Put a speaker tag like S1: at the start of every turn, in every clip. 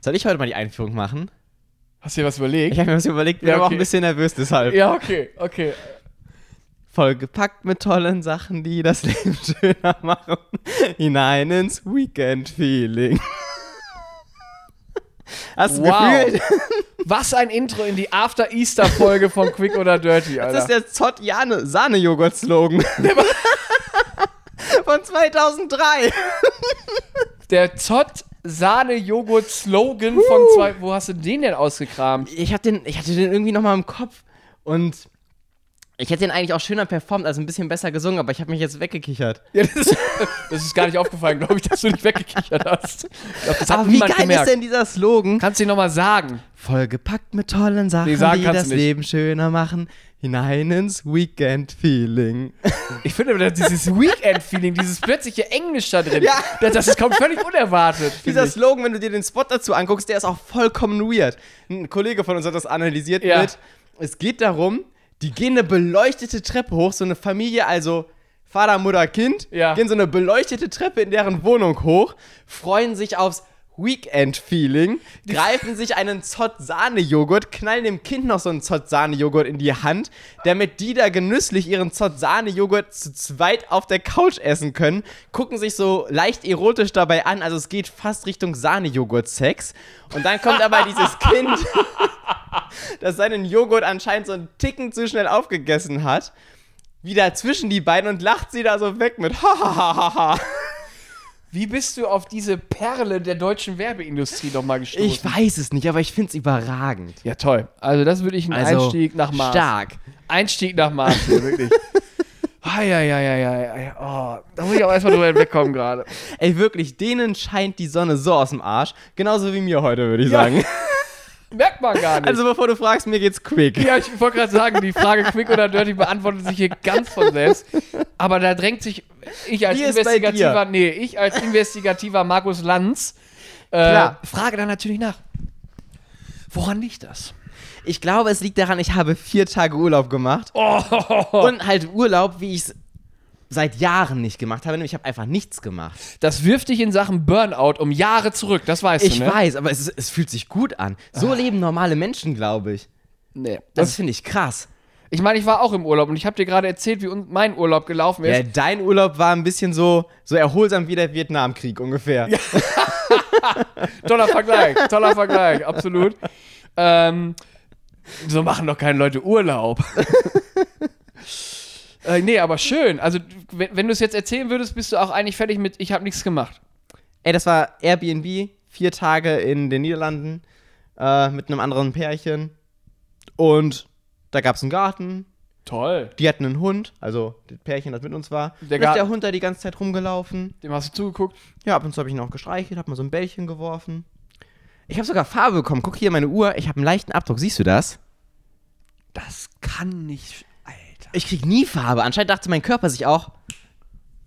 S1: Soll ich heute mal die Einführung machen?
S2: Hast du dir was überlegt?
S1: Ich habe mir was überlegt, bin
S2: Ja,
S1: aber auch
S2: okay.
S1: ein bisschen nervös deshalb.
S2: Ja, okay, okay.
S1: Voll gepackt mit tollen Sachen, die das Leben schöner machen. Hinein ins Weekend-Feeling. Hast du
S2: Wow.
S1: gefühlt?
S2: Was ein Intro in die After-Easter-Folge von Quick oder Dirty, Alter.
S1: Das ist der Zott-Sahne-Joghurt-Slogan. Von 2003.
S2: der Zott-Sahne-Joghurt-Slogan von zwei. Wo hast du den denn ausgekramt?
S1: ich hab den, ich hatte den irgendwie nochmal im Kopf und ich hätte den eigentlich auch schöner performt, also ein bisschen besser gesungen, aber ich habe mich jetzt weggekichert.
S2: Ja, das, ist, das ist gar nicht aufgefallen, glaube ich, dass du dich weggekichert hast. Ich glaub, das hat
S1: Aber wie
S2: niemand
S1: geil
S2: gemerkt.
S1: ist denn dieser Slogan?
S2: Kannst du dir nochmal sagen?
S1: Vollgepackt mit tollen Sachen,
S2: Nee, sagen
S1: die
S2: kannst
S1: das
S2: du nicht.
S1: Leben schöner machen. Hinein ins Weekend-Feeling.
S2: Ich finde aber dieses Weekend-Feeling, dieses plötzliche Englisch da drin,
S1: Ja.
S2: das, das ist kommt völlig unerwartet. finde
S1: Dieser
S2: ich.
S1: Slogan, wenn du dir den Spot dazu anguckst, der ist auch vollkommen weird. Ein Kollege von uns hat das analysiert
S2: Ja.
S1: mit, es geht darum, die gehen eine beleuchtete Treppe hoch, so eine Familie, also Vater, Mutter, Kind,
S2: Ja.
S1: gehen so eine beleuchtete Treppe in deren Wohnung hoch, freuen sich aufs Weekend-Feeling, greifen sich einen Zott-Sahne-Joghurt, knallen dem Kind noch so einen Zott-Sahne-Joghurt in die Hand, damit die da genüsslich ihren Zott-Sahne-Joghurt zu zweit auf der Couch essen können, gucken sich so leicht erotisch dabei an, also es geht fast Richtung Sahne-Joghurt-Sex. Und dann kommt aber dieses Kind, das seinen Joghurt anscheinend so einen Ticken zu schnell aufgegessen hat, wieder zwischen die beiden und lacht sie da so weg mit Hahaha.
S2: Wie bist du auf diese Perle der deutschen Werbeindustrie nochmal gestoßen?
S1: Ich weiß es nicht, aber ich finde es überragend.
S2: ja, toll. Also, das würde ich einen
S1: Also,
S2: Einstieg nach Mars.
S1: Stark.
S2: Einstieg nach Mars hier, wirklich. Ah, ja, ja, ja, ja, ja, ja. Oh, da muss ich auch erstmal drüber hinwegkommen gerade.
S1: Ey, wirklich, denen scheint die Sonne so aus dem Arsch. Genauso wie mir heute, würde ich
S2: Ja.
S1: sagen.
S2: Merkt man gar nicht.
S1: Also bevor du fragst, mir geht's quick.
S2: Ja, ich wollte gerade sagen, die Frage Quick oder Dirty beantwortet sich hier ganz von selbst. Aber da drängt sich ich als
S1: Wie ist bei
S2: investigativer, nee, ich als investigativer Markus Lanz äh,
S1: Klar.
S2: frage dann natürlich nach. Woran liegt das?
S1: Ich glaube, es liegt daran, ich habe vier Tage Urlaub gemacht. Und halt Urlaub, wie ich es seit Jahren nicht gemacht habe. Nämlich, ich habe einfach nichts gemacht.
S2: Das wirft dich in Sachen Burnout um Jahre zurück, das weißt
S1: Ich
S2: du, ne?
S1: weiß, aber es, ist- es fühlt sich gut an. So leben normale Menschen, glaube ich.
S2: Nee.
S1: Das,
S2: Das,
S1: finde ich krass.
S2: ich meine, ich war auch im Urlaub und ich habe dir gerade erzählt, wie un- mein Urlaub gelaufen ist.
S1: Ja, dein Urlaub war ein bisschen so, so erholsam wie der Vietnamkrieg ungefähr.
S2: Toller Vergleich, toller Vergleich, absolut. Ähm, so machen doch keine Leute Urlaub. äh, nee, aber schön. Also, wenn, wenn du es jetzt erzählen würdest, bist du auch eigentlich fertig mit, ich habe nichts gemacht.
S1: Ey, das war Airbnb, vier Tage in den Niederlanden äh, mit einem anderen Pärchen. Und da gab es einen Garten.
S2: Toll.
S1: Die hatten einen Hund, also das Pärchen, das mit uns war. Der
S2: Der
S1: da ist der
S2: Garten-
S1: Hund da die ganze Zeit rumgelaufen.
S2: Dem hast du zugeguckt.
S1: Ja, ab und zu habe ich ihn auch gestreichelt, habe mal so ein Bällchen geworfen. Ich habe sogar Farbe bekommen. Guck hier meine Uhr. Ich habe einen leichten Abdruck. Siehst du das?
S2: Das kann nicht, Alter.
S1: Ich krieg nie Farbe. Anscheinend dachte mein Körper sich auch,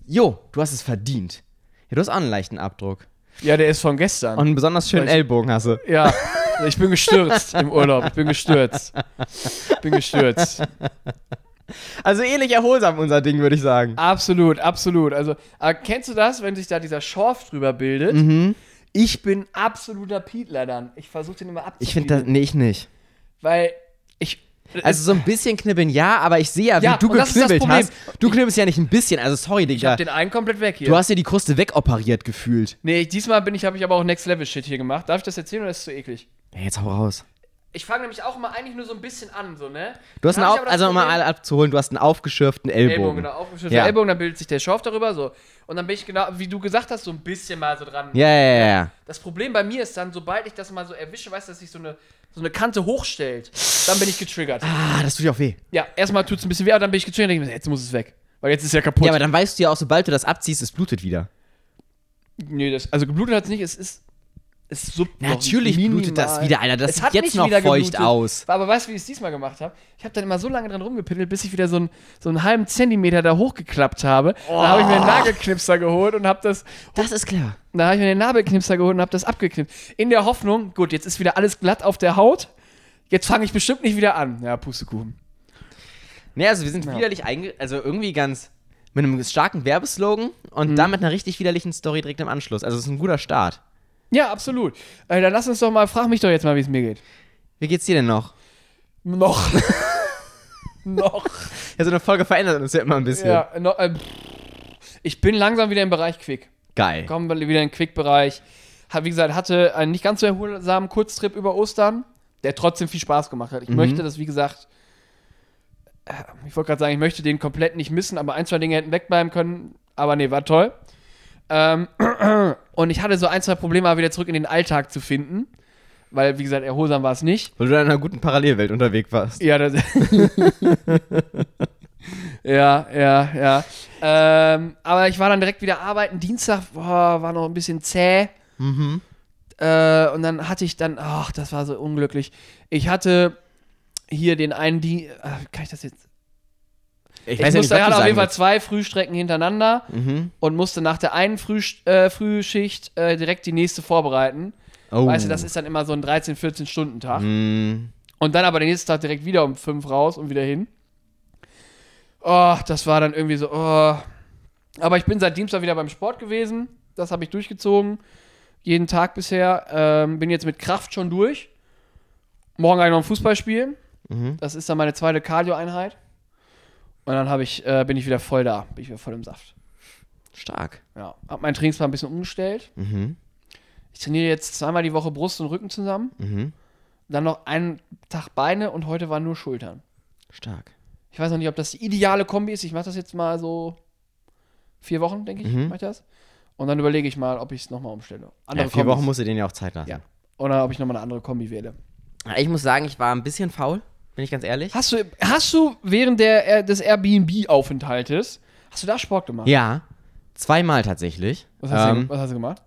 S1: jo, du hast es verdient. Ja, du hast auch einen leichten Abdruck.
S2: Ja, der ist von gestern.
S1: Und einen besonders schönen
S2: Weiß-
S1: Ellbogen hast du.
S2: ja, ich bin gestürzt im Urlaub. Ich bin gestürzt. Ich bin gestürzt.
S1: Also ähnlich erholsam unser Ding, würde ich sagen.
S2: Absolut, absolut. Also, aber kennst du das, wenn sich da dieser Schorf drüber bildet?
S1: Mhm.
S2: Ich bin absoluter Piedler dann. Ich versuche den immer
S1: Ich finde das,
S2: abzupielen.
S1: nee, ich nicht.
S2: Weil ich.
S1: Also so ein bisschen knibbeln, ja, aber ich sehe ja, wie
S2: Ja,
S1: du
S2: und das ist das
S1: geknibbelt
S2: Problem.
S1: hast. Du knibbelst ja nicht ein bisschen, also sorry,
S2: ich
S1: Digga.
S2: hab den einen komplett weg hier.
S1: Du hast ja die Kruste wegoperiert gefühlt.
S2: nee, diesmal bin ich, habe ich aber auch Next Level Shit hier gemacht. Darf ich das erzählen oder ist es zu eklig?
S1: Ja, jetzt hau raus.
S2: Ich fange nämlich auch immer eigentlich nur so ein bisschen an, so, ne?
S1: Du hast
S2: Dann
S1: einen,
S2: hab
S1: auf,
S2: ich aber das
S1: also um mal
S2: Problem-
S1: alle abzuholen, du hast einen aufgeschürften Ellbogen.
S2: Ellbogen, genau, aufgeschüttet
S1: Ja.
S2: Ellbogen, dann bildet sich der Schorf darüber, so. Und dann bin ich genau, wie du gesagt hast, so ein bisschen mal so dran.
S1: Ja, ja, ja, ja.
S2: Das Problem bei mir ist dann, sobald ich das mal so erwische, weißt du, dass sich so eine, so eine Kante hochstellt, dann bin ich getriggert.
S1: Ah, das tut dir auch weh.
S2: Ja, erstmal tut es ein bisschen weh, aber dann bin ich getriggert und denke mir, jetzt muss es weg. Weil jetzt ist ja kaputt.
S1: Ja, aber dann weißt du ja auch, sobald du das abziehst, es blutet wieder.
S2: nee, das, also geblutet hat es nicht, es ist, es ist so.
S1: Natürlich
S2: noch
S1: blutet das wieder, Alter. Das
S2: Es
S1: sieht
S2: hat
S1: jetzt
S2: nicht
S1: noch
S2: wieder
S1: feucht
S2: geblutet.
S1: aus.
S2: Aber weißt du, wie ich es diesmal gemacht habe? Ich habe dann immer so lange dran rumgepiddelt, bis ich wieder so, einen- so einen halben Zentimeter da hochgeklappt habe. Dann habe ich mir
S1: Oh.
S2: einen Nagelknipser geholt und habe das
S1: Das ist klar.
S2: Da habe ich mir den Nabelknipser geholt und habe das abgeknipst. In der Hoffnung, gut, jetzt ist wieder alles glatt auf der Haut. Jetzt fange ich bestimmt nicht wieder an. Ja, Pustekuchen.
S1: Nee, also wir sind widerlich einge... Also irgendwie ganz... Mit einem starken Werbeslogan und dann mit einer richtig widerlichen Story direkt im Anschluss. Also es ist ein guter Start.
S2: Ja, absolut. Äh, dann lass uns doch mal, frag mich doch jetzt mal, wie es mir geht.
S1: Wie geht's dir denn noch?
S2: Noch. noch.
S1: Ja, so eine Folge verändert uns ja immer ein bisschen.
S2: Ja, noch. Äh, ich bin langsam wieder im Bereich Quick.
S1: Geil.
S2: Kommen wir wieder in den Quick-Bereich. Hab, wie gesagt, hatte einen nicht ganz so erholsamen Kurztrip über Ostern, der trotzdem viel Spaß gemacht hat. Ich möchte das, wie gesagt, äh, ich wollte gerade sagen, ich möchte den komplett nicht missen, aber ein, zwei Dinge hätten wegbleiben können. Aber nee, war toll. Ähm, und ich hatte so ein, zwei Probleme, aber wieder zurück in den Alltag zu finden. Weil, wie gesagt, erholsam war es nicht.
S1: Weil du da in einer guten Parallelwelt unterwegs warst.
S2: Ja, das. ja, ja, ja. Ähm, aber ich war dann direkt wieder arbeiten. Dienstag boah, war noch ein bisschen zäh.
S1: Mhm.
S2: Äh, und dann hatte ich dann, ach, das war so unglücklich. Ich hatte hier den einen, die, ah, kann ich das jetzt?
S1: Ich
S2: ich musste,
S1: was
S2: ich
S1: du
S2: hatte auf jeden Fall
S1: sagen
S2: zwei Frühstrecken hintereinander
S1: willst. Mhm.
S2: und musste nach der einen Frühst äh, Frühschicht äh, direkt die nächste vorbereiten.
S1: Oh.
S2: Weißt du, das ist dann immer so ein 13-, 14-Stunden-Tag.
S1: Mm.
S2: Und dann aber den nächsten Tag direkt wieder um fünf raus und wieder hin. Oh, das war dann irgendwie so. Oh. Aber ich bin seit Dienstag wieder beim Sport gewesen. Das habe ich durchgezogen. Jeden Tag bisher. Ähm, bin jetzt mit Kraft schon durch. Morgen habe ich noch ein Fußballspiel.
S1: Mhm.
S2: Das ist dann meine zweite Cardio-Einheit. Und dann hab ich, äh, bin ich wieder voll da. Bin ich wieder voll im Saft.
S1: Stark.
S2: Ja. Hab meinen Trainingsplan ein bisschen umgestellt.
S1: Mhm.
S2: Ich trainiere jetzt zweimal die Woche Brust und Rücken zusammen.
S1: Mhm.
S2: Dann noch einen Tag Beine und heute waren nur Schultern.
S1: Stark.
S2: Ich weiß noch nicht, ob das die ideale Kombi ist. Ich mache das jetzt mal so vier Wochen, denke ich,
S1: Mhm.
S2: mach ich das. Und dann überlege ich mal, ob ich es nochmal umstelle.
S1: Ja, vier
S2: Kombis.
S1: Wochen musst du denen ja auch Zeit lassen.
S2: Ja. Oder ob ich nochmal eine andere Kombi wähle.
S1: Ich muss sagen, ich war ein bisschen faul, bin ich ganz ehrlich.
S2: Hast du, hast du während der, äh, des Airbnb-Aufenthaltes, hast du da Sport gemacht?
S1: Ja. Zweimal tatsächlich.
S2: Was hast,
S1: Ähm,
S2: du, was hast du gemacht?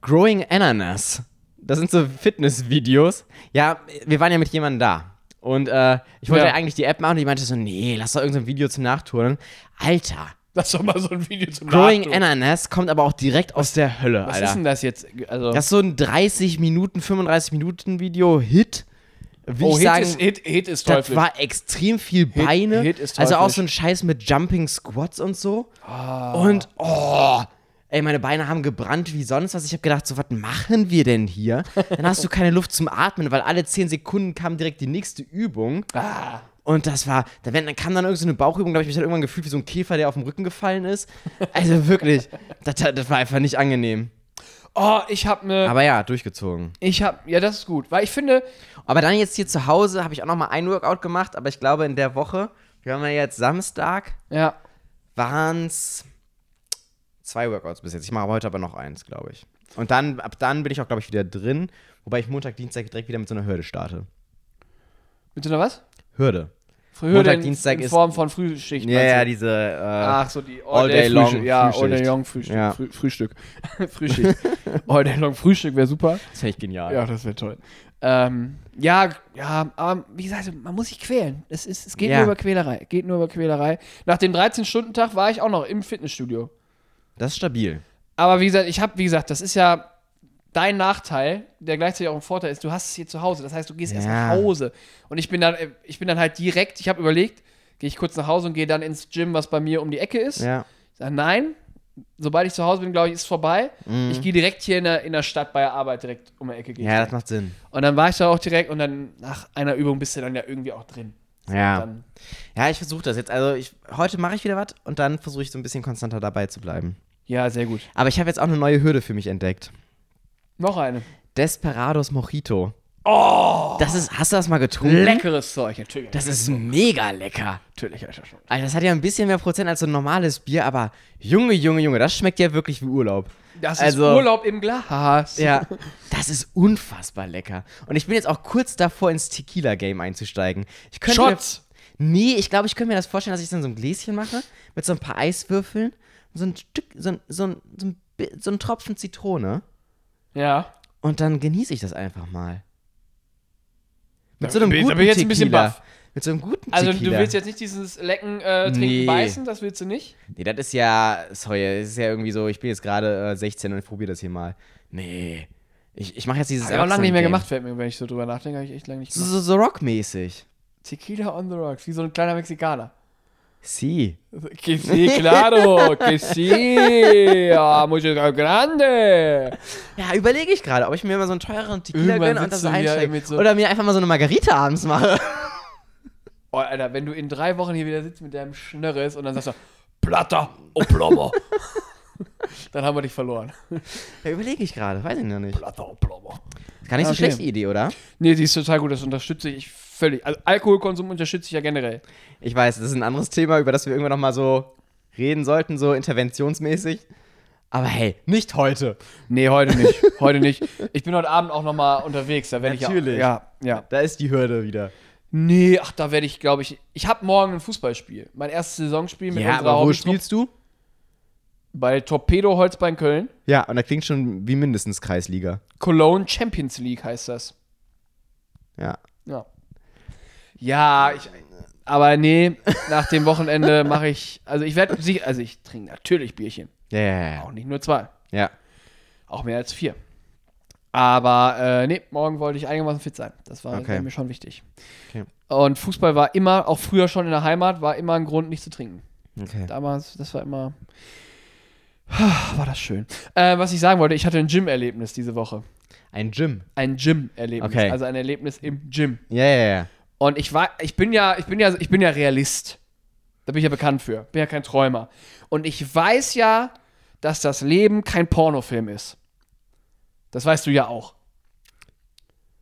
S1: Growing Ananas. Das sind so Fitnessvideos. Ja, wir waren ja mit jemandem da. Und äh, ich wollte
S2: Ja.
S1: ja. eigentlich die App machen und die meinte so, nee, lass doch irgendein Video zum Nachturnen. Alter,
S2: Das ist doch mal so ein Video zum
S1: Growing
S2: Nachdruck.
S1: Ananas kommt aber auch direkt aus der Hölle,
S2: Was
S1: Alter.
S2: ist denn das jetzt? Also,
S1: Das ist so ein 30 Minuten, 35 Minuten Video, Hit. Wie
S2: oh,
S1: ich
S2: Hit,
S1: sagen,
S2: ist, Hit, Hit ist
S1: das
S2: teuflisch.
S1: war extrem viel Beine.
S2: Hit ist
S1: also auch
S2: teuflisch. Ah.
S1: so ein Scheiß mit Jumping Squats und so. Und oh, ey, meine Beine haben gebrannt wie sonst was. Ich habe gedacht, so was machen wir denn hier? Dann hast du keine Luft zum Atmen, weil alle 10 Sekunden kam direkt die nächste Übung.
S2: ah,
S1: Und das war, da wenn- dann kam dann irgendeine so eine Bauchübung, da habe ich mich dann irgendwann gefühlt wie so ein Käfer, der auf dem Rücken gefallen ist. Also wirklich, das, das war einfach nicht angenehm.
S2: oh, ich habe eine.
S1: Aber ja, durchgezogen.
S2: Ich habe. Ja, das ist gut. Weil ich finde,
S1: Aber dann jetzt hier zu Hause habe ich auch noch mal ein Workout gemacht, aber ich glaube in der Woche, wir haben ja jetzt Samstag,
S2: ja,
S1: waren es zwei Workouts bis jetzt. Ich mache heute aber noch eins, glaube ich. Und dann, ab dann bin ich auch, glaube ich, wieder drin, wobei ich Montag, Dienstag direkt wieder mit so einer Hürde starte.
S2: bitte noch was?
S1: Hürde.
S2: Früher
S1: Montag,
S2: in,
S1: Dienstag
S2: in
S1: ist-
S2: Form von Frühschicht.
S1: Ja,
S2: meinst
S1: ja,
S2: du?
S1: diese, äh,
S2: Ach so, die
S1: All Day Long
S2: Frühschicht. Ja, All Day
S1: Frühschicht.
S2: Long Frühstück.
S1: Ja.
S2: Frü Frühstück. Frühschicht. All Day Long Frühstück wäre super.
S1: das finde ich genial.
S2: Ja, das wäre toll. Ähm, ja, ja, aber wie gesagt, also, man muss sich quälen. Es, ist, es geht
S1: Ja.
S2: nur über Quälerei. Geht nur über Quälerei. Nach dem 13-Stunden-Tag war ich auch noch im Fitnessstudio.
S1: Das ist stabil.
S2: Aber wie gesagt, ich habe, wie gesagt, das ist ja dein Nachteil, der gleichzeitig auch ein Vorteil ist. Du hast es hier zu Hause. Das heißt, du gehst erst
S1: Ja.
S2: nach Hause. Und ich bin dann, äh, ich bin dann halt direkt, ich habe überlegt, gehe ich kurz nach Hause und gehe dann ins Gym, was bei mir um die Ecke ist.
S1: Ja.
S2: Ich sag, nein, sobald ich zu Hause bin, glaube ich, ist es vorbei. Ich gehe direkt hier in der, in der Stadt bei der Arbeit direkt um die Ecke gehen.
S1: Mhm. Ja, das macht Sinn.
S2: und dann war ich da auch direkt und dann nach einer Übung bist du dann ja irgendwie auch drin.
S1: Ja.
S2: Dann,
S1: Ja, ich versuche das jetzt. Also ich, heute mache ich wieder was und dann versuche ich so ein bisschen konstanter dabei zu bleiben.
S2: ja, sehr gut.
S1: Aber ich habe jetzt auch eine neue Hürde für mich entdeckt.
S2: Noch eine.
S1: Desperados Mojito. Oh! Das ist, hast du das mal getrunken?
S2: Leckeres Zeug, natürlich.
S1: Das ist mega lecker.
S2: natürlich, Alter, schon.
S1: Also das hat ja ein bisschen mehr Prozent als so ein normales Bier, aber Junge, Junge, Junge, das schmeckt ja wirklich wie Urlaub.
S2: Das ist
S1: Also-
S2: Urlaub im Glas.
S1: Ja, das ist unfassbar lecker. Und ich bin jetzt auch kurz davor, ins Tequila-Game einzusteigen. Ich könnte
S2: Shots.
S1: Mir, nee, ich glaube, ich könnte mir das vorstellen, dass ich es in so einem Gläschen mache, mit so ein paar Eiswürfeln, so ein Stück, so ein, so ein, so ein, bi- so ein Tropfen Zitrone.
S2: Ja.
S1: Und dann genieße ich das einfach mal. Mit
S2: Da
S1: so einem
S2: bin- da
S1: guten
S2: bin ich jetzt ein bisschen
S1: Tequila.
S2: baff.
S1: Mit so einem guten
S2: Also
S1: Tequila.
S2: du willst jetzt nicht dieses lecken äh, Trinken
S1: Nee.
S2: beißen, das willst du nicht?
S1: Nee, das ist ja, sorry, das ist ja irgendwie so, ich bin jetzt gerade äh, 16 und ich probiere das hier mal. Nee. Ich, ich mache jetzt dieses
S2: Hab ich auch lange nicht mehr
S1: Erwachsenen-Game.
S2: gemacht, fällt mir, wenn ich so drüber nachdenke, habe ich echt lange nicht
S1: So,
S2: gemacht.
S1: so, so rockmäßig.
S2: Tequila on the rocks, wie so ein kleiner Mexikaner.
S1: Sie.
S2: Que sí, claro, que sí, ah, mucho grande.
S1: Ja, überlege ich gerade, ob ich mir mal so einen teureren Tequila
S2: Irgendwann
S1: gönne und das
S2: sitzt
S1: so
S2: du hier
S1: einsteige.
S2: mit so-
S1: Oder mir einfach mal so eine Margarita abends mache.
S2: Oh, Alter, wenn du in drei Wochen hier wieder sitzt mit deinem Schnörres und dann sagst du, Plata o Plomo, dann haben wir dich verloren.
S1: Ja, überlege ich gerade, weiß ich noch nicht.
S2: Plata o Plomo.
S1: Gar nicht so
S2: Okay.
S1: schlechte Idee, oder?
S2: Nee, die ist total gut, das unterstütze ich völlig. Also Alkoholkonsum unterstütze ich ja generell.
S1: Ich weiß, das ist ein anderes Thema, über das wir irgendwann nochmal so reden sollten, so interventionsmäßig. Aber hey, nicht heute.
S2: Nee, heute nicht, heute nicht. Ich bin heute Abend auch nochmal unterwegs, da werde ich ja.
S1: Natürlich.
S2: Ja, ja.
S1: Da ist die Hürde wieder.
S2: Nee, ach, da werde ich, glaube ich, ich habe morgen ein Fußballspiel. Mein erstes Saisonspiel mit
S1: ja,
S2: unserer
S1: aber wo
S2: Hobbytruppe
S1: spielst du?
S2: bei Torpedo Holzbein Köln.
S1: Ja, und da klingt schon wie mindestens Kreisliga.
S2: Cologne Champions League heißt das.
S1: Ja.
S2: Ja. Ja, ich, aber nee, nach dem Wochenende mache ich, also ich werde, sie- also ich trinke natürlich Bierchen,
S1: Ja, ja, ja,
S2: auch nicht nur zwei,
S1: ja.
S2: auch mehr als vier. Aber äh, nee, morgen wollte ich einigermaßen fit sein. Das war
S1: Okay.
S2: war mir schon wichtig.
S1: Okay.
S2: Und Fußball war immer, auch früher schon in der Heimat, war immer ein Grund, nicht zu trinken.
S1: Okay.
S2: Damals, das war immer, war das schön. Äh, was ich sagen wollte, ich hatte ein Gym-Erlebnis diese Woche.
S1: Ein Gym.
S2: Ein Gym-Erlebnis,
S1: Okay.
S2: also ein Erlebnis im Gym.
S1: Ja, ja, ja.
S2: Und ich war, ich bin ja, ich bin ja, ich bin ja Realist. Da bin ich ja bekannt für. Bin ja kein Träumer. Und ich weiß ja, dass das Leben kein Pornofilm ist. Das weißt du ja auch.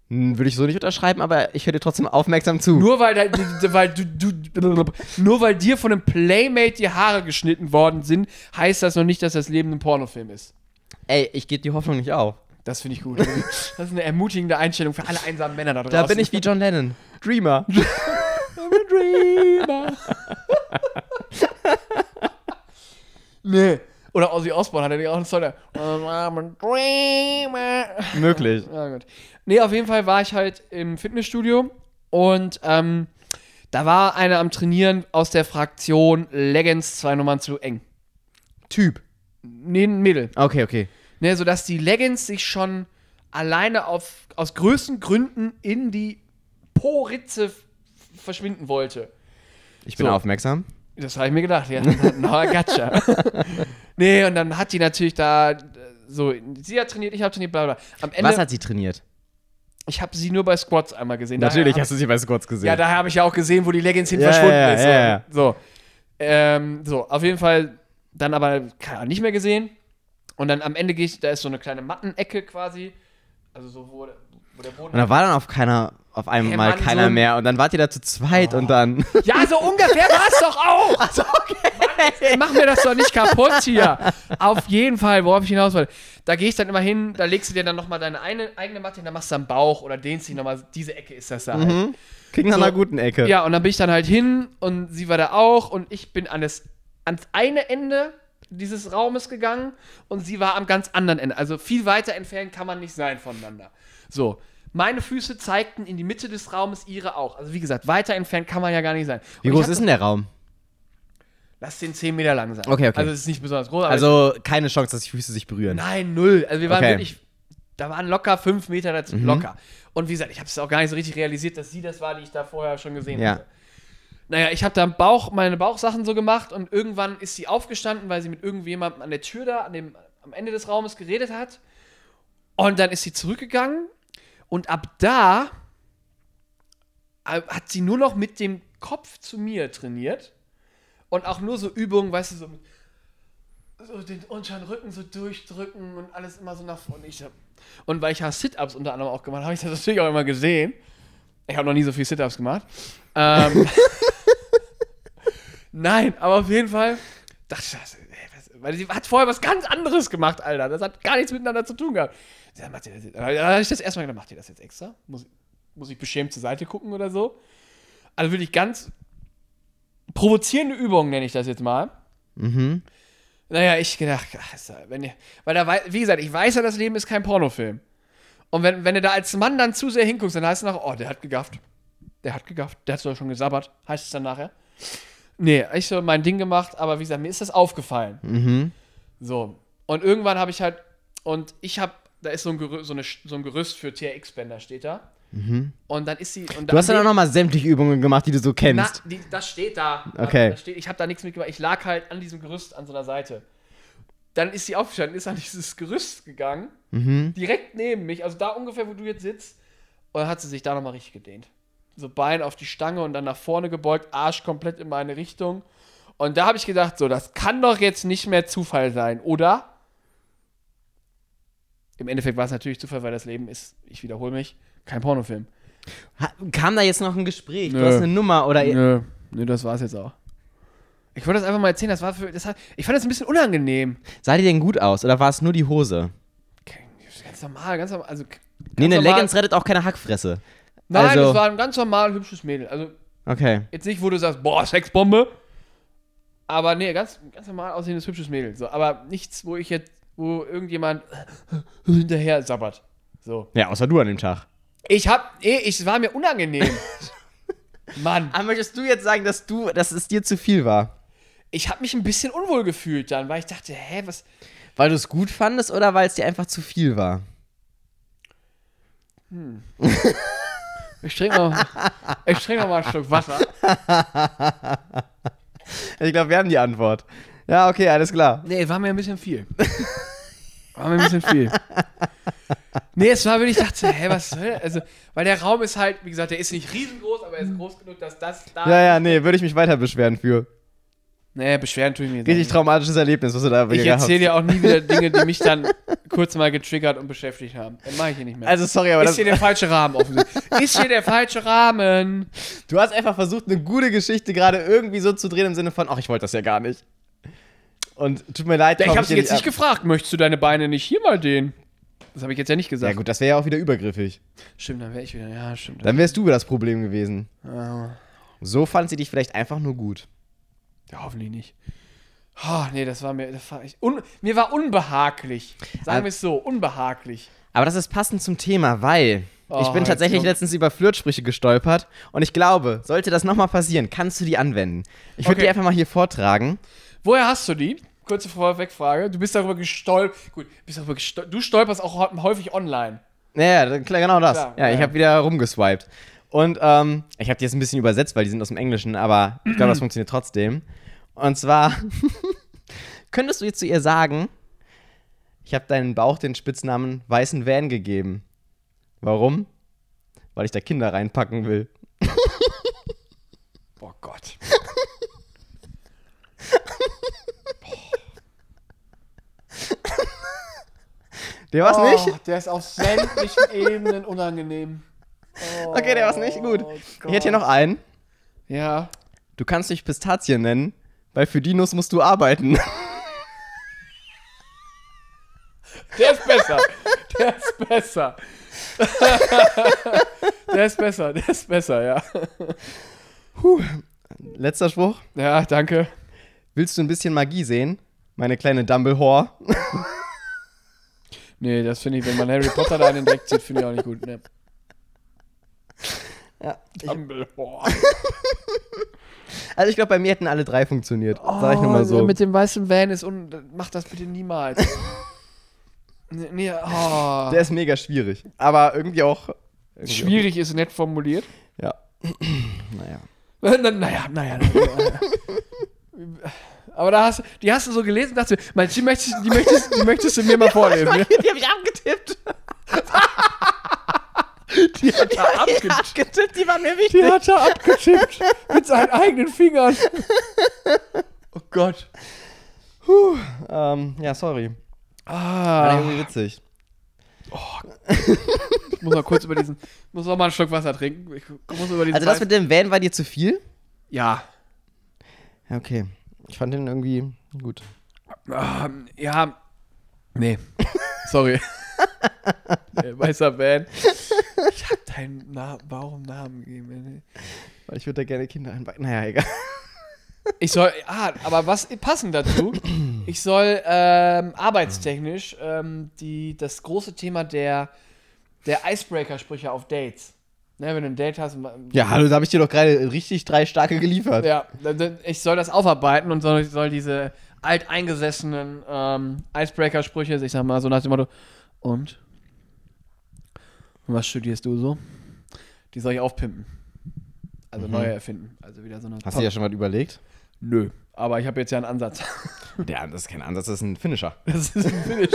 S1: Hm, Würde ich so nicht unterschreiben, aber ich höre dir trotzdem aufmerksam zu.
S2: Nur weil, da, weil du, du, nur weil dir von einem Playmate die Haare geschnitten worden sind, heißt das noch nicht, dass das Leben ein Pornofilm ist.
S1: Ey, ich gebe die Hoffnung nicht auf.
S2: Das finde ich gut. Das ist eine ermutigende Einstellung für alle einsamen Männer da draußen.
S1: Da bin ich wie John Lennon. Dreamer.
S2: Dreamer. nee. Oder Ozzy Osbourne hat ja nicht auch einen Song. der- I'm a dreamer.
S1: Möglich.
S2: Ja, gut. Nee, auf jeden Fall war ich halt im Fitnessstudio und ähm, da war einer am Trainieren aus der Fraktion Leggings zwei Nummern zu eng.
S1: Typ.
S2: Nee, ein Mädel.
S1: Okay, okay.
S2: Ne, sodass die Leggings sich schon alleine auf, aus größten Gründen in die Po-Ritze f- verschwinden wollte.
S1: Ich bin
S2: So.
S1: aufmerksam.
S2: Das habe ich mir gedacht, ja. Na, gotcha. nee, und dann hat die natürlich da äh, so, sie hat trainiert, ich habe trainiert, bla bla. Am Ende,
S1: Was hat sie trainiert?
S2: ich habe sie nur bei Squats einmal gesehen. Daher,
S1: hast du sie bei Squats gesehen.
S2: ja, daher habe ich ja auch gesehen, wo die Leggings hin
S1: Ja,
S2: verschwunden
S1: ja,
S2: ist.
S1: ja, ja.
S2: So. Ähm, so, auf jeden Fall dann aber keine Ahnung, nicht mehr gesehen. Und dann am Ende gehe ich, da ist so eine kleine Mattenecke quasi. Also so, wo, der- wo der Boden
S1: und da war dann auf keiner, auf einmal
S2: Hey,
S1: mal
S2: Mann,
S1: keiner
S2: so ein-
S1: mehr. Und dann wart ihr da zu zweit und dann.
S2: Ja, so ungefähr war es doch auch. Also, okay. Mach mir das doch nicht kaputt hier. Auf jeden Fall, worauf ich hinaus wollte. Da gehe ich dann immer hin, da legst du dir dann nochmal deine eine, eigene Matte hin, dann machst du am Bauch oder dehnst dich nochmal. Diese Ecke ist das da halt.
S1: Klingt nach
S2: So.
S1: einer guten Ecke.
S2: Ja, und dann bin ich dann halt hin und sie war da auch und ich bin an das, ans eine Ende dieses Raumes gegangen und sie war am ganz anderen Ende. Also viel weiter entfernt kann man nicht sein voneinander. So. Meine Füße zeigten in die Mitte des Raumes, ihre auch. Also wie gesagt, weiter entfernt kann man ja gar nicht sein. Und
S1: Wie
S2: ich
S1: groß
S2: hab
S1: ist denn der Raum?
S2: Lass den 10 Meter lang sein.
S1: Okay, okay.
S2: Also es ist nicht besonders groß. Aber
S1: Also keine Chance, dass die Füße sich berühren.
S2: nein, null. Also wir waren
S1: Okay. Mhm.
S2: wirklich, da waren locker 5 Meter dazu, locker. Und wie gesagt, ich habe es auch gar nicht so richtig realisiert, dass sie das war, die ich da vorher schon gesehen
S1: Ja.
S2: hatte. Naja, ich habe da am Bauch, meine Bauchsachen so gemacht und irgendwann ist sie aufgestanden, weil sie mit irgendjemandem an der Tür da, an dem, am Ende des Raumes geredet hat. Und dann ist sie zurückgegangen und ab da äh, hat sie nur noch mit dem Kopf zu mir trainiert und auch nur so Übungen, weißt du, so mit so den unteren Rücken so durchdrücken und alles immer so nach vorne. Ich hab, und weil ich ja Sit-Ups unter anderem auch gemacht habe, habe ich das natürlich auch immer gesehen. Ich habe noch nie so viel Sit-Ups gemacht. Ähm, Nein, aber auf jeden Fall dachte ich, das, ey, was, weil sie hat vorher was ganz anderes gemacht, Alter. Das hat gar nichts miteinander zu tun gehabt. Sie sagt, macht ihr das jetzt? Dann habe ich das erstmal gedacht, macht ihr das jetzt extra? Muss, muss ich beschämt zur Seite gucken oder so? Also wirklich ganz provozierende Übung, nenne ich das jetzt mal.
S1: Mhm.
S2: Naja, ich gedacht, ach, ist ja- wenn ihr, weil da, wei- wie gesagt, ich weiß ja, das Leben ist kein Pornofilm. Und wenn, wenn du da als Mann dann zu sehr hinguckst, dann heißt es nachher, oh, der hat gegafft. Der hat gegafft, der hat sogar schon gesabbert, heißt es dann nachher. Nee, ich so mein Ding gemacht, aber wie gesagt, mir ist das aufgefallen.
S1: Mhm.
S2: So. Und irgendwann habe ich halt, und ich habe, da ist so ein, Gerü so, eine, Sch- so ein Gerüst für TRX-Bänder steht da. Und dann ist sie. Und
S1: Mhm. Du hast dann
S2: nee,
S1: auch nochmal sämtliche Übungen gemacht, die du so
S2: Na,
S1: kennst.
S2: die, das steht da.
S1: Okay.
S2: Das steht, ich habe da nichts mitgemacht. Ich lag halt an diesem Gerüst an so einer Seite. Dann ist sie aufgestanden, ist an dieses Gerüst gegangen,
S1: Mhm.
S2: direkt neben mich, also da ungefähr, wo du jetzt sitzt, und dann hat sie sich da nochmal richtig gedehnt. So Bein auf die Stange und dann nach vorne gebeugt, Arsch komplett in meine Richtung. Und da habe ich gedacht, so, das kann doch jetzt nicht mehr Zufall sein, oder? Im Endeffekt war es natürlich Zufall, weil das Leben ist, ich wiederhole mich, kein Pornofilm.
S1: Ha- Kam da jetzt noch ein Gespräch?
S2: Nö.
S1: Du hast eine Nummer oder.
S2: Nö, nö, das war's jetzt auch. Ich wollte das einfach mal erzählen, das war für, das hat, ich fand das ein bisschen unangenehm.
S1: Sah die denn gut aus oder war es nur die Hose?
S2: Okay, Ganz normal, ganz normal, also ganz
S1: Nee, eine
S2: normal.
S1: Leggings rettet auch keine Hackfresse.
S2: Nein,
S1: also-
S2: das war ein ganz normal hübsches Mädel. Also
S1: Okay.
S2: jetzt nicht, wo du sagst, boah, Sexbombe. Aber nee, ganz, ganz normal aussehendes hübsches Mädel. So, aber nichts, wo ich jetzt, wo irgendjemand hinterher sabbert. So.
S1: Ja, außer du an dem Tag.
S2: Ich hab, eh, ich, es war mir unangenehm. Mann.
S1: Aber Ah, möchtest du jetzt sagen, dass du, dass es dir zu viel war?
S2: Ich hab mich ein bisschen unwohl gefühlt dann, weil ich dachte, hä, was,
S1: Weil du es gut fandest oder weil es dir einfach zu viel war?
S2: Ich trinke noch, ich trinke noch mal einen Schluck Wasser.
S1: Ich glaube, wir haben die Antwort. Ja, okay, alles klar.
S2: Nee, war mir ein bisschen viel. War mir ein bisschen viel. Nee, es war, wenn ich dachte, hä, was soll das? Also, weil der Raum ist halt, wie gesagt, der ist nicht riesengroß, aber er ist groß genug, dass das da.
S1: Ja, ja, nee, würde ich mich weiter beschweren für.
S2: Nee, beschweren tue ich mir
S1: Richtig
S2: nicht.
S1: traumatisches Erlebnis, was du da
S2: Ich
S1: gehabt hast.
S2: erzähle ja auch nie wieder Dinge, die mich dann kurz mal getriggert und beschäftigt haben. Dann mache ich hier nicht mehr.
S1: Also, sorry, aber
S2: ist
S1: das,
S2: hier der falsche Rahmen offensichtlich. Ist hier der falsche Rahmen.
S1: du hast einfach versucht, eine gute Geschichte gerade irgendwie so zu drehen im Sinne von, ach, ich wollte das ja gar nicht. Und tut mir leid,
S2: Ja, ich
S1: komm,
S2: habe sie
S1: geh
S2: jetzt nicht
S1: ab.
S2: gefragt, möchtest du deine Beine nicht hier mal dehnen? Das habe ich jetzt ja nicht gesagt.
S1: Ja, gut, das wäre ja auch wieder übergriffig.
S2: Stimmt, dann wäre ich wieder. Ja, stimmt.
S1: Dann wärst du das Problem gewesen.
S2: Ah,
S1: So fand sie dich vielleicht einfach nur gut.
S2: ja, hoffentlich nicht. Oh, nee, das war mir. Das war ich, un, mir war unbehaglich. Sagen
S1: Ah.
S2: wir es so, unbehaglich.
S1: Aber das ist passend zum Thema, weil
S2: Oh,
S1: ich bin
S2: jetzt
S1: tatsächlich
S2: kommt-
S1: letztens über Flirtsprüche gestolpert und ich glaube, sollte das nochmal passieren, kannst du die anwenden. Ich würde
S2: Okay.
S1: die einfach mal hier vortragen.
S2: Woher hast du die? Kurze Vorwegfrage. Du bist darüber gestolpert. Gut, bist darüber gestol du stolperst auch hau- häufig online.
S1: Ja, ja, klar, genau das.
S2: Klar,
S1: ja, ich
S2: ja.
S1: habe wieder rumgeswiped. Und ähm, ich habe die jetzt ein bisschen übersetzt, weil die sind aus dem Englischen, aber ich glaube, das funktioniert trotzdem. Und zwar, könntest du jetzt zu ihr sagen, ich habe deinen Bauch den Spitznamen Weißen Van gegeben. Warum? Weil ich da Kinder reinpacken will.
S2: Oh Gott.
S1: Der war's
S2: oh,
S1: nicht?
S2: Der ist auf sämtlichen Ebenen unangenehm. Oh,
S1: Okay, der war's nicht. Gut. ich hätte hier noch einen.
S2: Ja.
S1: Du kannst dich Pistazien nennen, weil für die Nuss musst du arbeiten.
S2: Der ist besser. Der ist besser. der ist besser. Der ist besser, ja.
S1: Letzter Spruch.
S2: Ja, danke.
S1: Willst du ein bisschen Magie sehen? Meine kleine Dumbledore.
S2: Nee, das finde ich, wenn man Harry Potter da in den Dreck zieht, finde ich auch nicht gut. Ne.
S1: Ja,
S2: Dumbledore.
S1: Also ich glaube, bei mir hätten alle drei funktioniert. Sag ich nur mal so.
S2: Oh, Mit dem weißen Van ist un. Mach das bitte niemals. nee, nee, oh.
S1: Der ist mega schwierig. Aber irgendwie auch. Irgendwie
S2: Schwierig ist nett formuliert.
S1: Auch, ja. naja.
S2: Na- na- Naja, naja, naja. Aber da hast, die hast du so gelesen und dachte, Mensch, die möchtest, die, möchtest, die möchtest du mir mal vorlesen. Ne?
S1: Die habe ich abgetippt.
S2: Die hat er abgetippt.
S1: Abgetippt, die war mir
S2: Die
S1: wichtig.
S2: hat er abgetippt. Mit seinen eigenen Fingern. Oh Gott.
S1: Ähm, ja, sorry. War
S2: Ah.
S1: irgendwie witzig.
S2: Ich muss mal kurz über diesen. Ich muss noch mal einen Schluck Wasser trinken. Ich muss über diesen.
S1: Also das
S2: Weiß-
S1: mit dem Van war dir zu viel?
S2: ja.
S1: Ja, okay. Ich fand den irgendwie gut.
S2: Ah, ja. Nee. Sorry. Der Weißer Van. Ich hab deinen Na warum Namen gegeben.
S1: Weil ich würde da gerne Kinder einbacken. Naja, egal.
S2: Ich soll. Ah, aber was passend dazu? Ich soll ähm, arbeitstechnisch ähm, die, das große Thema der, der Icebreaker-Sprüche auf Dates. Ne, wenn du ein Date hast. und-
S1: Ja, hallo, da habe ich dir doch gerade richtig drei starke geliefert.
S2: Ja, dann- dann- ich soll das aufarbeiten und soll, soll diese alteingesessenen ähm, Icebreaker-Sprüche, ich sag mal so nach dem Motto, und? Und was studierst du so? Die soll ich aufpimpen. Also neue erfinden. Also wieder so eine.
S1: Mhm. Hast du dir ja schon was überlegt?
S2: Nö. Aber ich habe jetzt ja einen Ansatz.
S1: Ja, das ist kein Ansatz, das ist ein Finisher.
S2: Das ist ein Finish.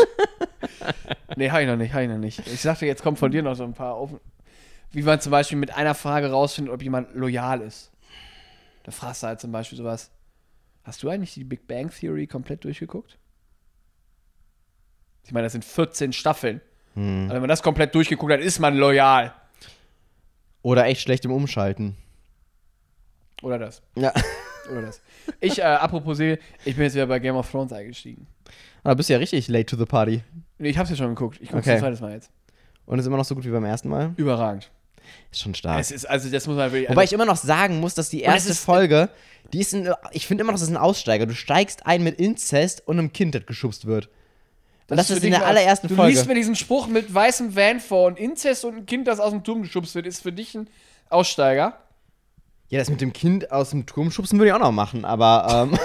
S2: nee, hab ich noch nicht, hab ich noch nicht. Ich dachte, jetzt kommt von dir noch so ein paar offen. Wie man zum Beispiel mit einer Frage rausfindet, ob jemand loyal ist. Da fragst du halt zum Beispiel sowas. Hast du eigentlich die Big Bang Theory komplett durchgeguckt? Ich meine, das sind 14 Staffeln.
S1: Hm.
S2: Aber wenn man das komplett durchgeguckt hat, ist man loyal.
S1: Oder echt schlecht im Umschalten.
S2: Oder das.
S1: Ja.
S2: Oder das. Ich, äh, apropos Serie, ich bin jetzt wieder bei Game of Thrones eingestiegen.
S1: Da bist du ja richtig late to the party.
S2: Nee, ich hab's ja schon geguckt. Ich guck's
S1: Okay.
S2: ein zweites Mal jetzt.
S1: Und ist immer noch so gut wie beim ersten Mal.
S2: Überragend.
S1: Ist schon stark.
S2: Es ist, also das muss man wirklich.
S1: Wobei
S2: also,
S1: ich immer noch sagen muss, dass die
S2: es
S1: erste
S2: ist-
S1: Folge, die ist ein, ich finde immer noch, das ist ein Aussteiger. Du steigst ein mit Inzest und einem Kind, das geschubst wird. Und das,
S2: für
S1: ist in
S2: dich
S1: der
S2: ein-
S1: allerersten
S2: du
S1: Folge.
S2: liest mir diesen Spruch mit weißem Van vor und Inzest und ein Kind, das aus dem Turm geschubst wird, ist für dich ein Aussteiger.
S1: Ja, das mit dem Kind aus dem Turm schubsen würde ich auch noch machen, aber ähm,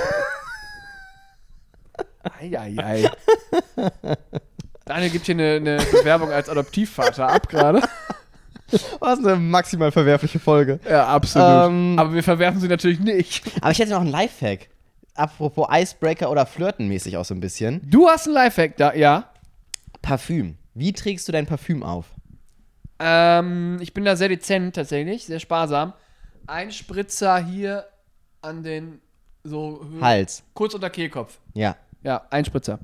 S2: Eieiei. Daniel gibt hier eine, eine Bewerbung als Adoptivvater ab gerade.
S1: was eine maximal verwerfliche Folge.
S2: Ja, absolut.
S1: Ähm.
S2: Aber wir verwerfen sie natürlich nicht.
S1: Aber ich hätte noch einen Lifehack. Apropos Icebreaker oder Flirten mäßig auch so ein bisschen.
S2: Du hast einen Lifehack da, ja.
S1: Parfüm. Wie trägst du dein Parfüm auf?
S2: Ähm, ich bin da sehr dezent tatsächlich, sehr sparsam. Ein Spritzer hier an den so Hö-
S1: Hals.
S2: kurz unter Kehlkopf.
S1: Ja.
S2: Ja, ein Spritzer.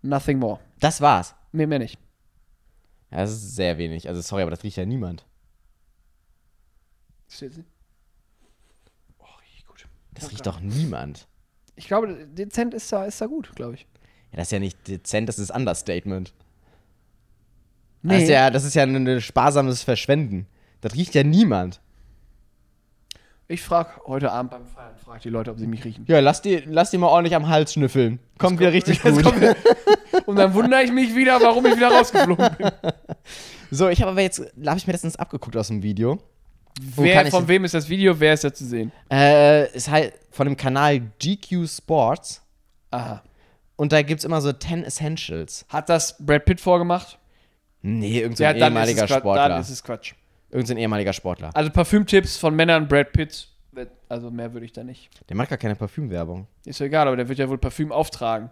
S2: Nothing more.
S1: Das war's.
S2: Mehr, mehr nicht.
S1: Ja, das ist sehr wenig. Also sorry, aber das riecht ja niemand.
S2: Versteht sie? Oh, richtig gut.
S1: Das riecht doch niemand.
S2: Ich glaube, dezent ist da, ist da gut, glaube ich.
S1: Ja, das ist ja nicht dezent, das ist Understatement.
S2: Nee.
S1: Das ist ja, das ist ja ein, ein sparsames Verschwenden. Das riecht ja niemand.
S2: Ich frage heute Abend beim Feiern, frage die Leute, ob sie mich riechen.
S1: Ja, lass die, lass die mal ordentlich am Hals schnüffeln. Kommt wieder richtig
S2: Das
S1: gut.
S2: kommt- Und dann wundere ich mich wieder, warum ich wieder rausgeflogen bin.
S1: So, ich habe aber jetzt, habe ich mir letztens abgeguckt aus dem Video. Wo
S2: Wer,
S1: kann ich
S2: von wem ist das Video? Wer ist da zu sehen?
S1: Äh, ist halt von dem Kanal GQ Sports.
S2: Aha.
S1: Und da gibt's immer so 10 Essentials.
S2: Hat das Brad Pitt vorgemacht?
S1: Nee, irgendein
S2: dann ist
S1: ehemaliger
S2: es Quatsch- Dann
S1: Sportler.
S2: ist es Quatsch.
S1: Irgendein ehemaliger Sportler.
S2: Also Parfümtipps von Männern, Brad Pitt. Also mehr würde ich da nicht.
S1: Der macht gar keine Parfümwerbung.
S2: Ist ja egal, aber der wird ja wohl Parfüm auftragen.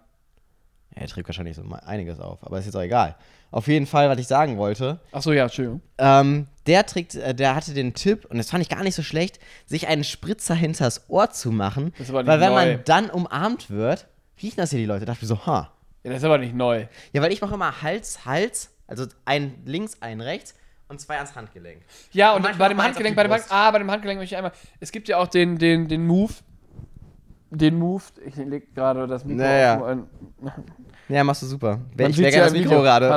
S1: Ja, Er trägt wahrscheinlich so mal einiges auf, aber ist jetzt auch egal. Auf jeden Fall, was ich sagen wollte,
S2: Achso, ja, Entschuldigung.
S1: ähm, der trägt, äh, der hatte den Tipp, und das fand ich gar nicht so schlecht, sich einen Spritzer hinters Ohr zu machen.
S2: Das ist aber nicht
S1: weil wenn
S2: neu.
S1: man dann umarmt wird, riechen das hier die Leute. Da dachte ich mir so, ha.
S2: Ja, das ist aber nicht neu.
S1: Ja, weil ich mache immer Hals, Hals, also ein links, ein rechts und zwei ans Handgelenk.
S2: Ja, und
S1: Und manchmal
S2: bei
S1: macht
S2: dem
S1: man eins
S2: Handgelenk,
S1: auf die
S2: bei dem Hand,
S1: Brust.
S2: ah, bei dem Handgelenk möchte ich einmal. Es gibt ja auch den, den, den Move. Den Move. Ich leg gerade das Mikro
S1: Naja.
S2: auf ein.
S1: Ja, machst du super.
S2: Man
S1: ich
S2: sieht's
S1: wäre
S2: ja
S1: gerne das
S2: im
S1: Mikro gerade.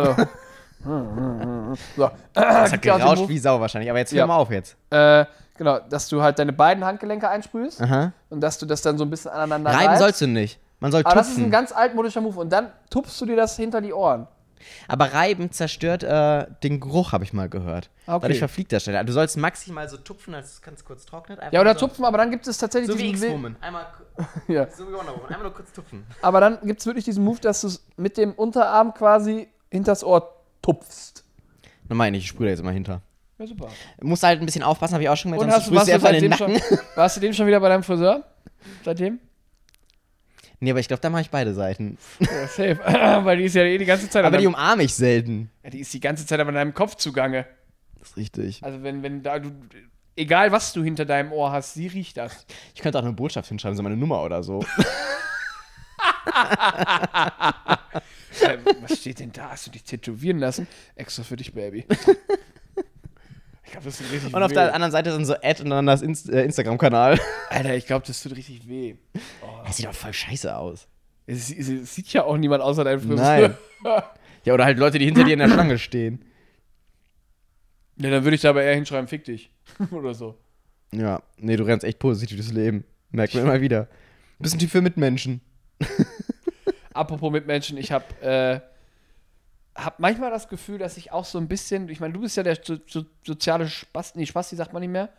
S2: Hallo. so.
S1: Das hat
S2: Gibt's ja auch den
S1: gerauscht
S2: Move,
S1: wie Sau wahrscheinlich, aber jetzt hör
S2: Ja.
S1: mal auf jetzt.
S2: äh, genau, dass du halt deine beiden Handgelenke einsprühst
S1: Aha.
S2: und dass du das dann so ein bisschen aneinander
S1: Reiben
S2: reibst.
S1: sollst du nicht. Man soll
S2: Aber das ist
S1: tupfen.
S2: ein ganz altmodischer Move und dann tupfst du dir das hinter die Ohren.
S1: Aber Reiben zerstört äh, den Geruch, habe ich mal gehört.
S2: Ah, okay.
S1: Dadurch verfliegt das schneller. Du sollst maximal so tupfen, als es ganz kurz trocknet. Einfach
S2: Ja, oder
S1: so,
S2: tupfen, aber dann gibt es tatsächlich
S1: So wie
S2: diesen Weg-
S1: X-Woman. Einmal, k-
S2: ja.
S1: so wie Wonder Woman. Einmal nur kurz tupfen.
S2: Aber dann gibt es wirklich diesen Move, dass du es mit dem Unterarm quasi hinters Ohr tupfst.
S1: Normal nicht, ich sprühe da jetzt immer hinter.
S2: Ja, super.
S1: Muss halt ein bisschen aufpassen, habe ich auch schon gemerkt.
S2: Und hast, du-
S1: sprühst
S2: warst,
S1: dir
S2: du
S1: einfach in den
S2: seitdem schon,
S1: Nacken.
S2: warst du dem schon wieder bei deinem Friseur? Seitdem?
S1: Nee, aber ich glaube, da mache ich beide Seiten.
S2: Ja, safe. Weil die ist ja eh die ganze Zeit
S1: Aber
S2: an
S1: die um-
S2: deinem,
S1: umarme ich selten.
S2: ja, die ist die ganze Zeit an deinem Kopf zugange.
S1: Das ist richtig.
S2: Also wenn, wenn da du. Egal was du hinter deinem Ohr hast, sie riecht das.
S1: Ich könnte auch eine Botschaft hinschreiben, so meine Nummer oder so.
S2: Ähm, was steht denn da? Hast du dich tätowieren lassen? Extra für dich, Baby. Ich glaube, das tut richtig
S1: Und auf
S2: weh.
S1: der anderen Seite sind so Ad und dann das Inst äh, Instagram-Kanal.
S2: Alter, ich glaube, das tut richtig weh.
S1: Das sieht doch voll scheiße aus.
S2: Es, es, es sieht ja auch niemand außer deinem Friseur.
S1: Nein. Ja, oder halt Leute, die hinter dir in der Schlange stehen.
S2: Ja, dann würde ich da aber eher hinschreiben, fick dich. Oder so.
S1: Ja, nee, du rennst echt positiv durchs Leben. Merkt man immer wieder. Bisschen tief für Mitmenschen.
S2: Apropos Mitmenschen, ich habe äh, hab manchmal das Gefühl, dass ich auch so ein bisschen, ich meine, du bist ja der so, so, soziale Spasti, nee, Spasti sagt man nicht mehr.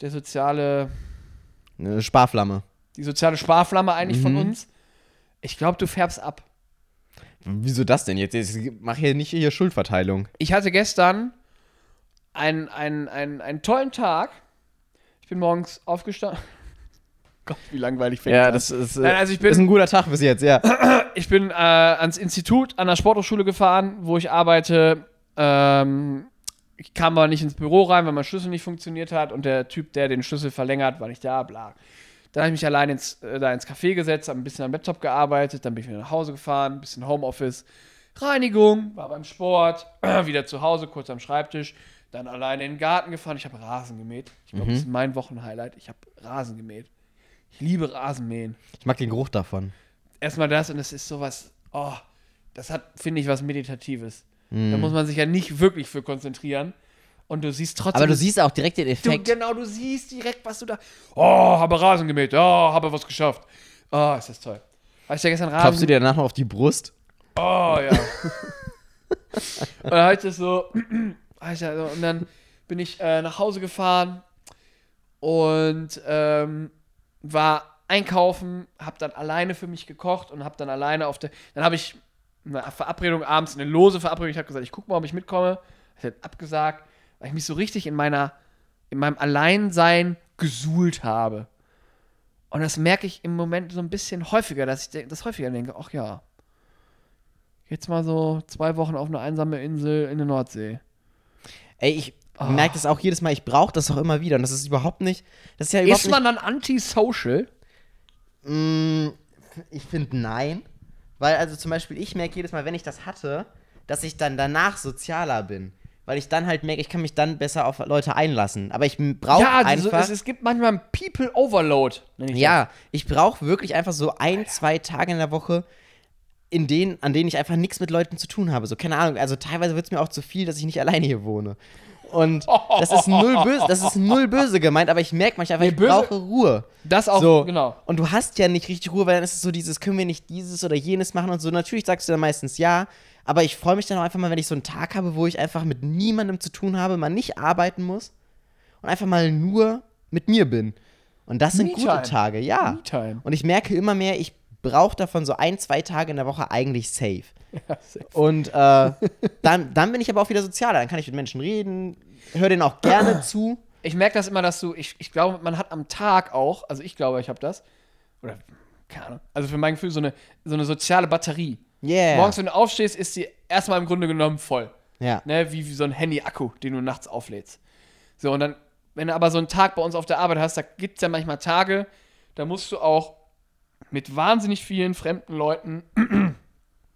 S2: Der soziale,
S1: Eine Sparflamme.
S2: die soziale Sparflamme eigentlich von
S3: Mhm.
S2: uns. Ich glaube, du färbst ab.
S1: Wieso das denn jetzt? Ich mach hier nicht hier Schuldverteilung.
S2: Ich hatte gestern einen, einen, einen, einen tollen Tag. Ich bin morgens aufgestanden. Gott, wie langweilig fängt
S3: Ja,
S2: an.
S3: das ist, äh,
S2: Nein, also ich bin-
S3: ist ein guter Tag bis jetzt, ja.
S2: Ich bin äh, ans Institut an der Sporthochschule gefahren, wo ich arbeite. Ähm, ich kam aber nicht ins Büro rein, weil mein Schlüssel nicht funktioniert hat und der Typ, der den Schlüssel verlängert, war nicht da, bla. Dann habe ich mich allein ins, äh, da ins Café gesetzt, habe ein bisschen am Laptop gearbeitet, dann bin ich wieder nach Hause gefahren, ein bisschen Homeoffice, Reinigung, war beim Sport, wieder zu Hause, kurz am Schreibtisch, dann alleine in den Garten gefahren, ich habe Rasen gemäht. Ich glaube, das ist mein Wochenhighlight, ich habe Rasen gemäht. Ich liebe Rasenmähen
S3: Ich mag den Geruch davon.
S2: erstmal das und es ist sowas, oh, das hat, finde ich, was Meditatives.
S1: Mhm.
S2: Da muss man sich ja nicht wirklich für konzentrieren. Und du siehst trotzdem.
S1: Aber du siehst auch direkt den
S2: du,
S1: Effekt.
S2: genau, du siehst direkt, was du da. Oh, habe Rasen gemäht. Oh, habe was geschafft. Oh, ist das toll. Habe ich ja gestern Rasen.
S3: Klopfst du dir danach noch auf die Brust?
S2: Oh, ja. und dann hab ich das so, hab ich ja so- und dann bin ich äh, nach Hause gefahren und ähm, war einkaufen, hab dann alleine für mich gekocht und hab dann alleine auf der, dann habe ich eine Verabredung abends, eine lose Verabredung, ich habe gesagt, ich guck mal, ob ich mitkomme. Ich hat abgesagt, weil ich mich so richtig in meiner, in meinem Alleinsein gesuhlt habe. Und das merke ich im Moment so ein bisschen häufiger, dass ich de- das häufiger denke, ach ja, Jetzt mal so zwei Wochen auf eine einsame Insel in der Nordsee.
S1: Ey, ich
S2: Ah.
S1: merke das auch jedes Mal. Ich brauche das auch immer wieder. Und das ist überhaupt nicht. Das ist ja überhaupt
S2: Ist man dann antisocial?
S1: Mm, Ich finde nein. Weil also zum Beispiel ich merke jedes Mal, wenn ich das hatte, dass ich dann danach sozialer bin. Weil ich dann halt merke, ich kann mich dann besser auf Leute einlassen. Aber ich brauche
S2: Ja, also
S1: einfach.
S2: es, es gibt manchmal einen People Overload. nenn ich
S1: ja, ich brauche wirklich einfach so ein, zwei Tage in der Woche, in denen, an denen ich einfach nichts mit Leuten zu tun habe. So, keine Ahnung. Also teilweise wird es mir auch zu viel, dass ich nicht alleine hier wohne. Und das ist null böse, das ist null böse gemeint, aber ich merke manchmal, einfach, ich
S2: böse-
S1: brauche Ruhe.
S2: Das auch,
S1: So.
S2: genau.
S1: Und du hast ja nicht richtig Ruhe, weil dann ist es so dieses, können wir nicht dieses oder jenes machen und so. Natürlich sagst du dann meistens ja, aber ich freue mich dann auch einfach mal, wenn ich so einen Tag habe, wo ich einfach mit niemandem zu tun habe, mal nicht arbeiten muss und einfach mal nur mit mir bin. Und das sind
S2: Me-Time.
S1: gute Tage, ja.
S2: Me-Time.
S1: Und ich merke immer mehr, ich brauche davon so ein, zwei Tage in der Woche eigentlich safe. Und äh, dann, dann bin ich aber auch wieder sozialer. Dann kann ich mit Menschen reden, höre denen auch gerne zu.
S2: Ich merke das immer, dass du, ich, ich glaube, man hat am Tag auch, also ich glaube, ich habe das, oder keine Ahnung, also für mein Gefühl so eine, so eine soziale Batterie.
S1: Yeah.
S2: Morgens, wenn du aufstehst, ist sie erstmal im Grunde genommen voll.
S1: Ja.
S2: Ne, wie, wie so ein Handy-Akku, den du nachts auflädst. So, und dann, wenn du aber so einen Tag bei uns auf der Arbeit hast, da gibt es ja manchmal Tage, da musst du auch mit wahnsinnig vielen fremden Leuten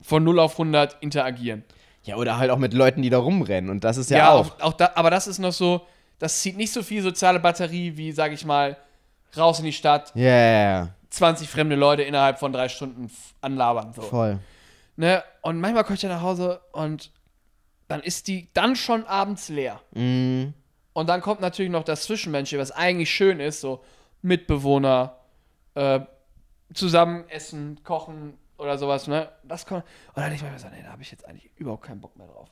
S2: von 0 auf 100 interagieren.
S3: Ja, oder halt auch mit Leuten, die da rumrennen. Und das ist ja, auch.
S2: auch da, aber das ist noch so, das zieht nicht so viel soziale Batterie wie, sag ich mal, raus in die Stadt,
S3: Ja, ja, ja.
S2: 20 fremde Leute innerhalb von drei Stunden f- anlabern. So.
S1: Voll.
S2: Ne? Und manchmal komme ich ja nach Hause und dann ist die dann schon abends leer.
S1: Mm.
S2: Und dann kommt natürlich noch das Zwischenmenschliche, was eigentlich schön ist, so Mitbewohner, äh, zusammen essen, kochen oder sowas, ne? Das kommt. Und dann ich mir so, nee, da habe ich jetzt eigentlich überhaupt keinen Bock mehr drauf.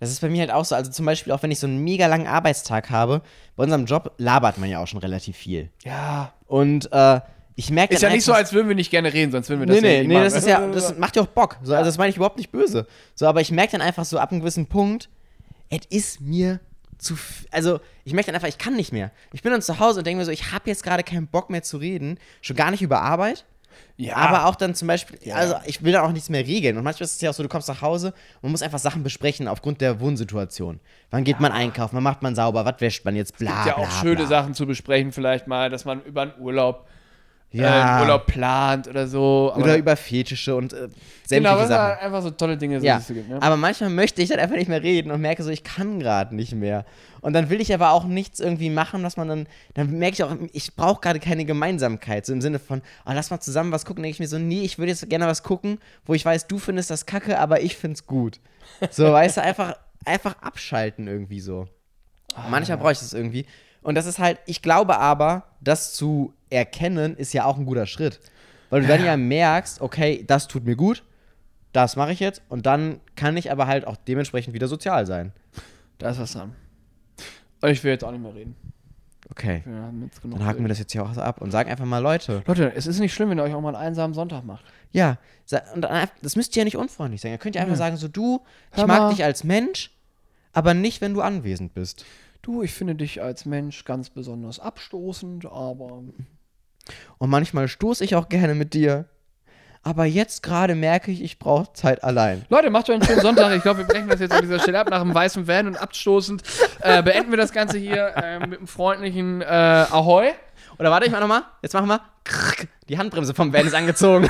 S1: Das ist bei mir halt auch so. Also zum Beispiel auch, wenn ich so einen mega langen Arbeitstag habe, bei unserem Job labert man ja auch schon relativ viel.
S2: Ja.
S1: Und äh, ich merke
S2: Ist ja
S1: dann halt
S2: nicht so,
S1: einfach-
S2: als würden wir nicht gerne reden, sonst würden wir das
S1: Nee,
S2: ja
S1: nee,
S2: nicht
S1: nee,
S2: machen.
S1: das ist ja, das macht ja auch Bock. So, also das meine ich überhaupt nicht böse. So, aber ich merke dann einfach so ab einem gewissen Punkt, es ist mir zu, f- also ich merke dann einfach, ich kann nicht mehr. Ich bin dann zu Hause und denke mir so, ich habe jetzt gerade keinen Bock mehr zu reden, schon gar nicht über Arbeit.
S2: ja.
S1: Aber auch dann zum Beispiel, also ich will dann auch nichts mehr regeln. Und manchmal ist es ja auch so, du kommst nach Hause und musst einfach Sachen besprechen aufgrund der Wohnsituation. Wann geht man einkaufen, wann macht man sauber, was wäscht man jetzt, bla
S2: gibt ja
S1: bla,
S2: auch schöne
S1: bla.
S2: Sachen zu besprechen, vielleicht mal, dass man über einen Urlaub, äh,
S1: Ja.
S2: einen Urlaub plant oder so. aber-
S1: Oder über Fetische und äh, sämtliche
S2: genau, das sind
S1: Sachen.
S2: halt einfach so tolle Dinge, so, die
S1: Ja,
S2: es so gibt. Ne?
S1: aber manchmal möchte ich dann einfach nicht mehr reden und merke so, ich kann gerade nicht mehr. Und dann will ich aber auch nichts irgendwie machen, was man dann, dann merke ich auch, ich brauche gerade keine Gemeinsamkeit, so im Sinne von, oh, lass mal zusammen was gucken, denke ich mir so, nee, ich würde jetzt gerne was gucken, wo ich weiß, du findest das kacke, aber ich find's gut. So, weißt du, einfach, einfach abschalten irgendwie so. Manchmal brauche ich das irgendwie. Und das ist halt, ich glaube aber, das zu erkennen, ist ja auch ein guter Schritt. Weil du dann ja merkst, okay, das tut mir gut, das mache ich jetzt und dann kann ich aber halt auch dementsprechend wieder sozial sein.
S2: Da ist was dran. Und ich will jetzt auch nicht mehr reden.
S1: Okay.
S2: Wir haben jetzt genug
S1: Dann haken wir das jetzt hier auch ab und sagen einfach mal, Leute,
S2: Leute, es ist nicht schlimm, wenn ihr euch auch mal einen einsamen Sonntag macht.
S1: ja, sa- und dann, einfach- das müsst ihr ja nicht unfreundlich sein. Ihr könnt ja einfach sagen, so du, ich
S2: Hör
S1: mag
S2: mal.
S1: dich als Mensch, aber nicht, wenn du anwesend bist.
S2: Du, ich finde dich als Mensch ganz besonders abstoßend, aber
S1: Und manchmal stoße ich auch gerne mit dir. Aber jetzt gerade merke ich, ich brauche Zeit allein.
S2: Leute, macht euch einen schönen Sonntag. Ich glaube, wir brechen das jetzt an dieser Stelle ab. Nach einem weißen Van und abstoßend äh, beenden wir das Ganze hier äh, mit einem freundlichen äh, Ahoi.
S1: Oder warte ich mal nochmal. Jetzt machen wir. Krrk. Die Handbremse vom Van ist angezogen.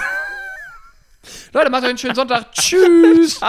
S2: Leute, macht euch einen schönen Sonntag. Tschüss.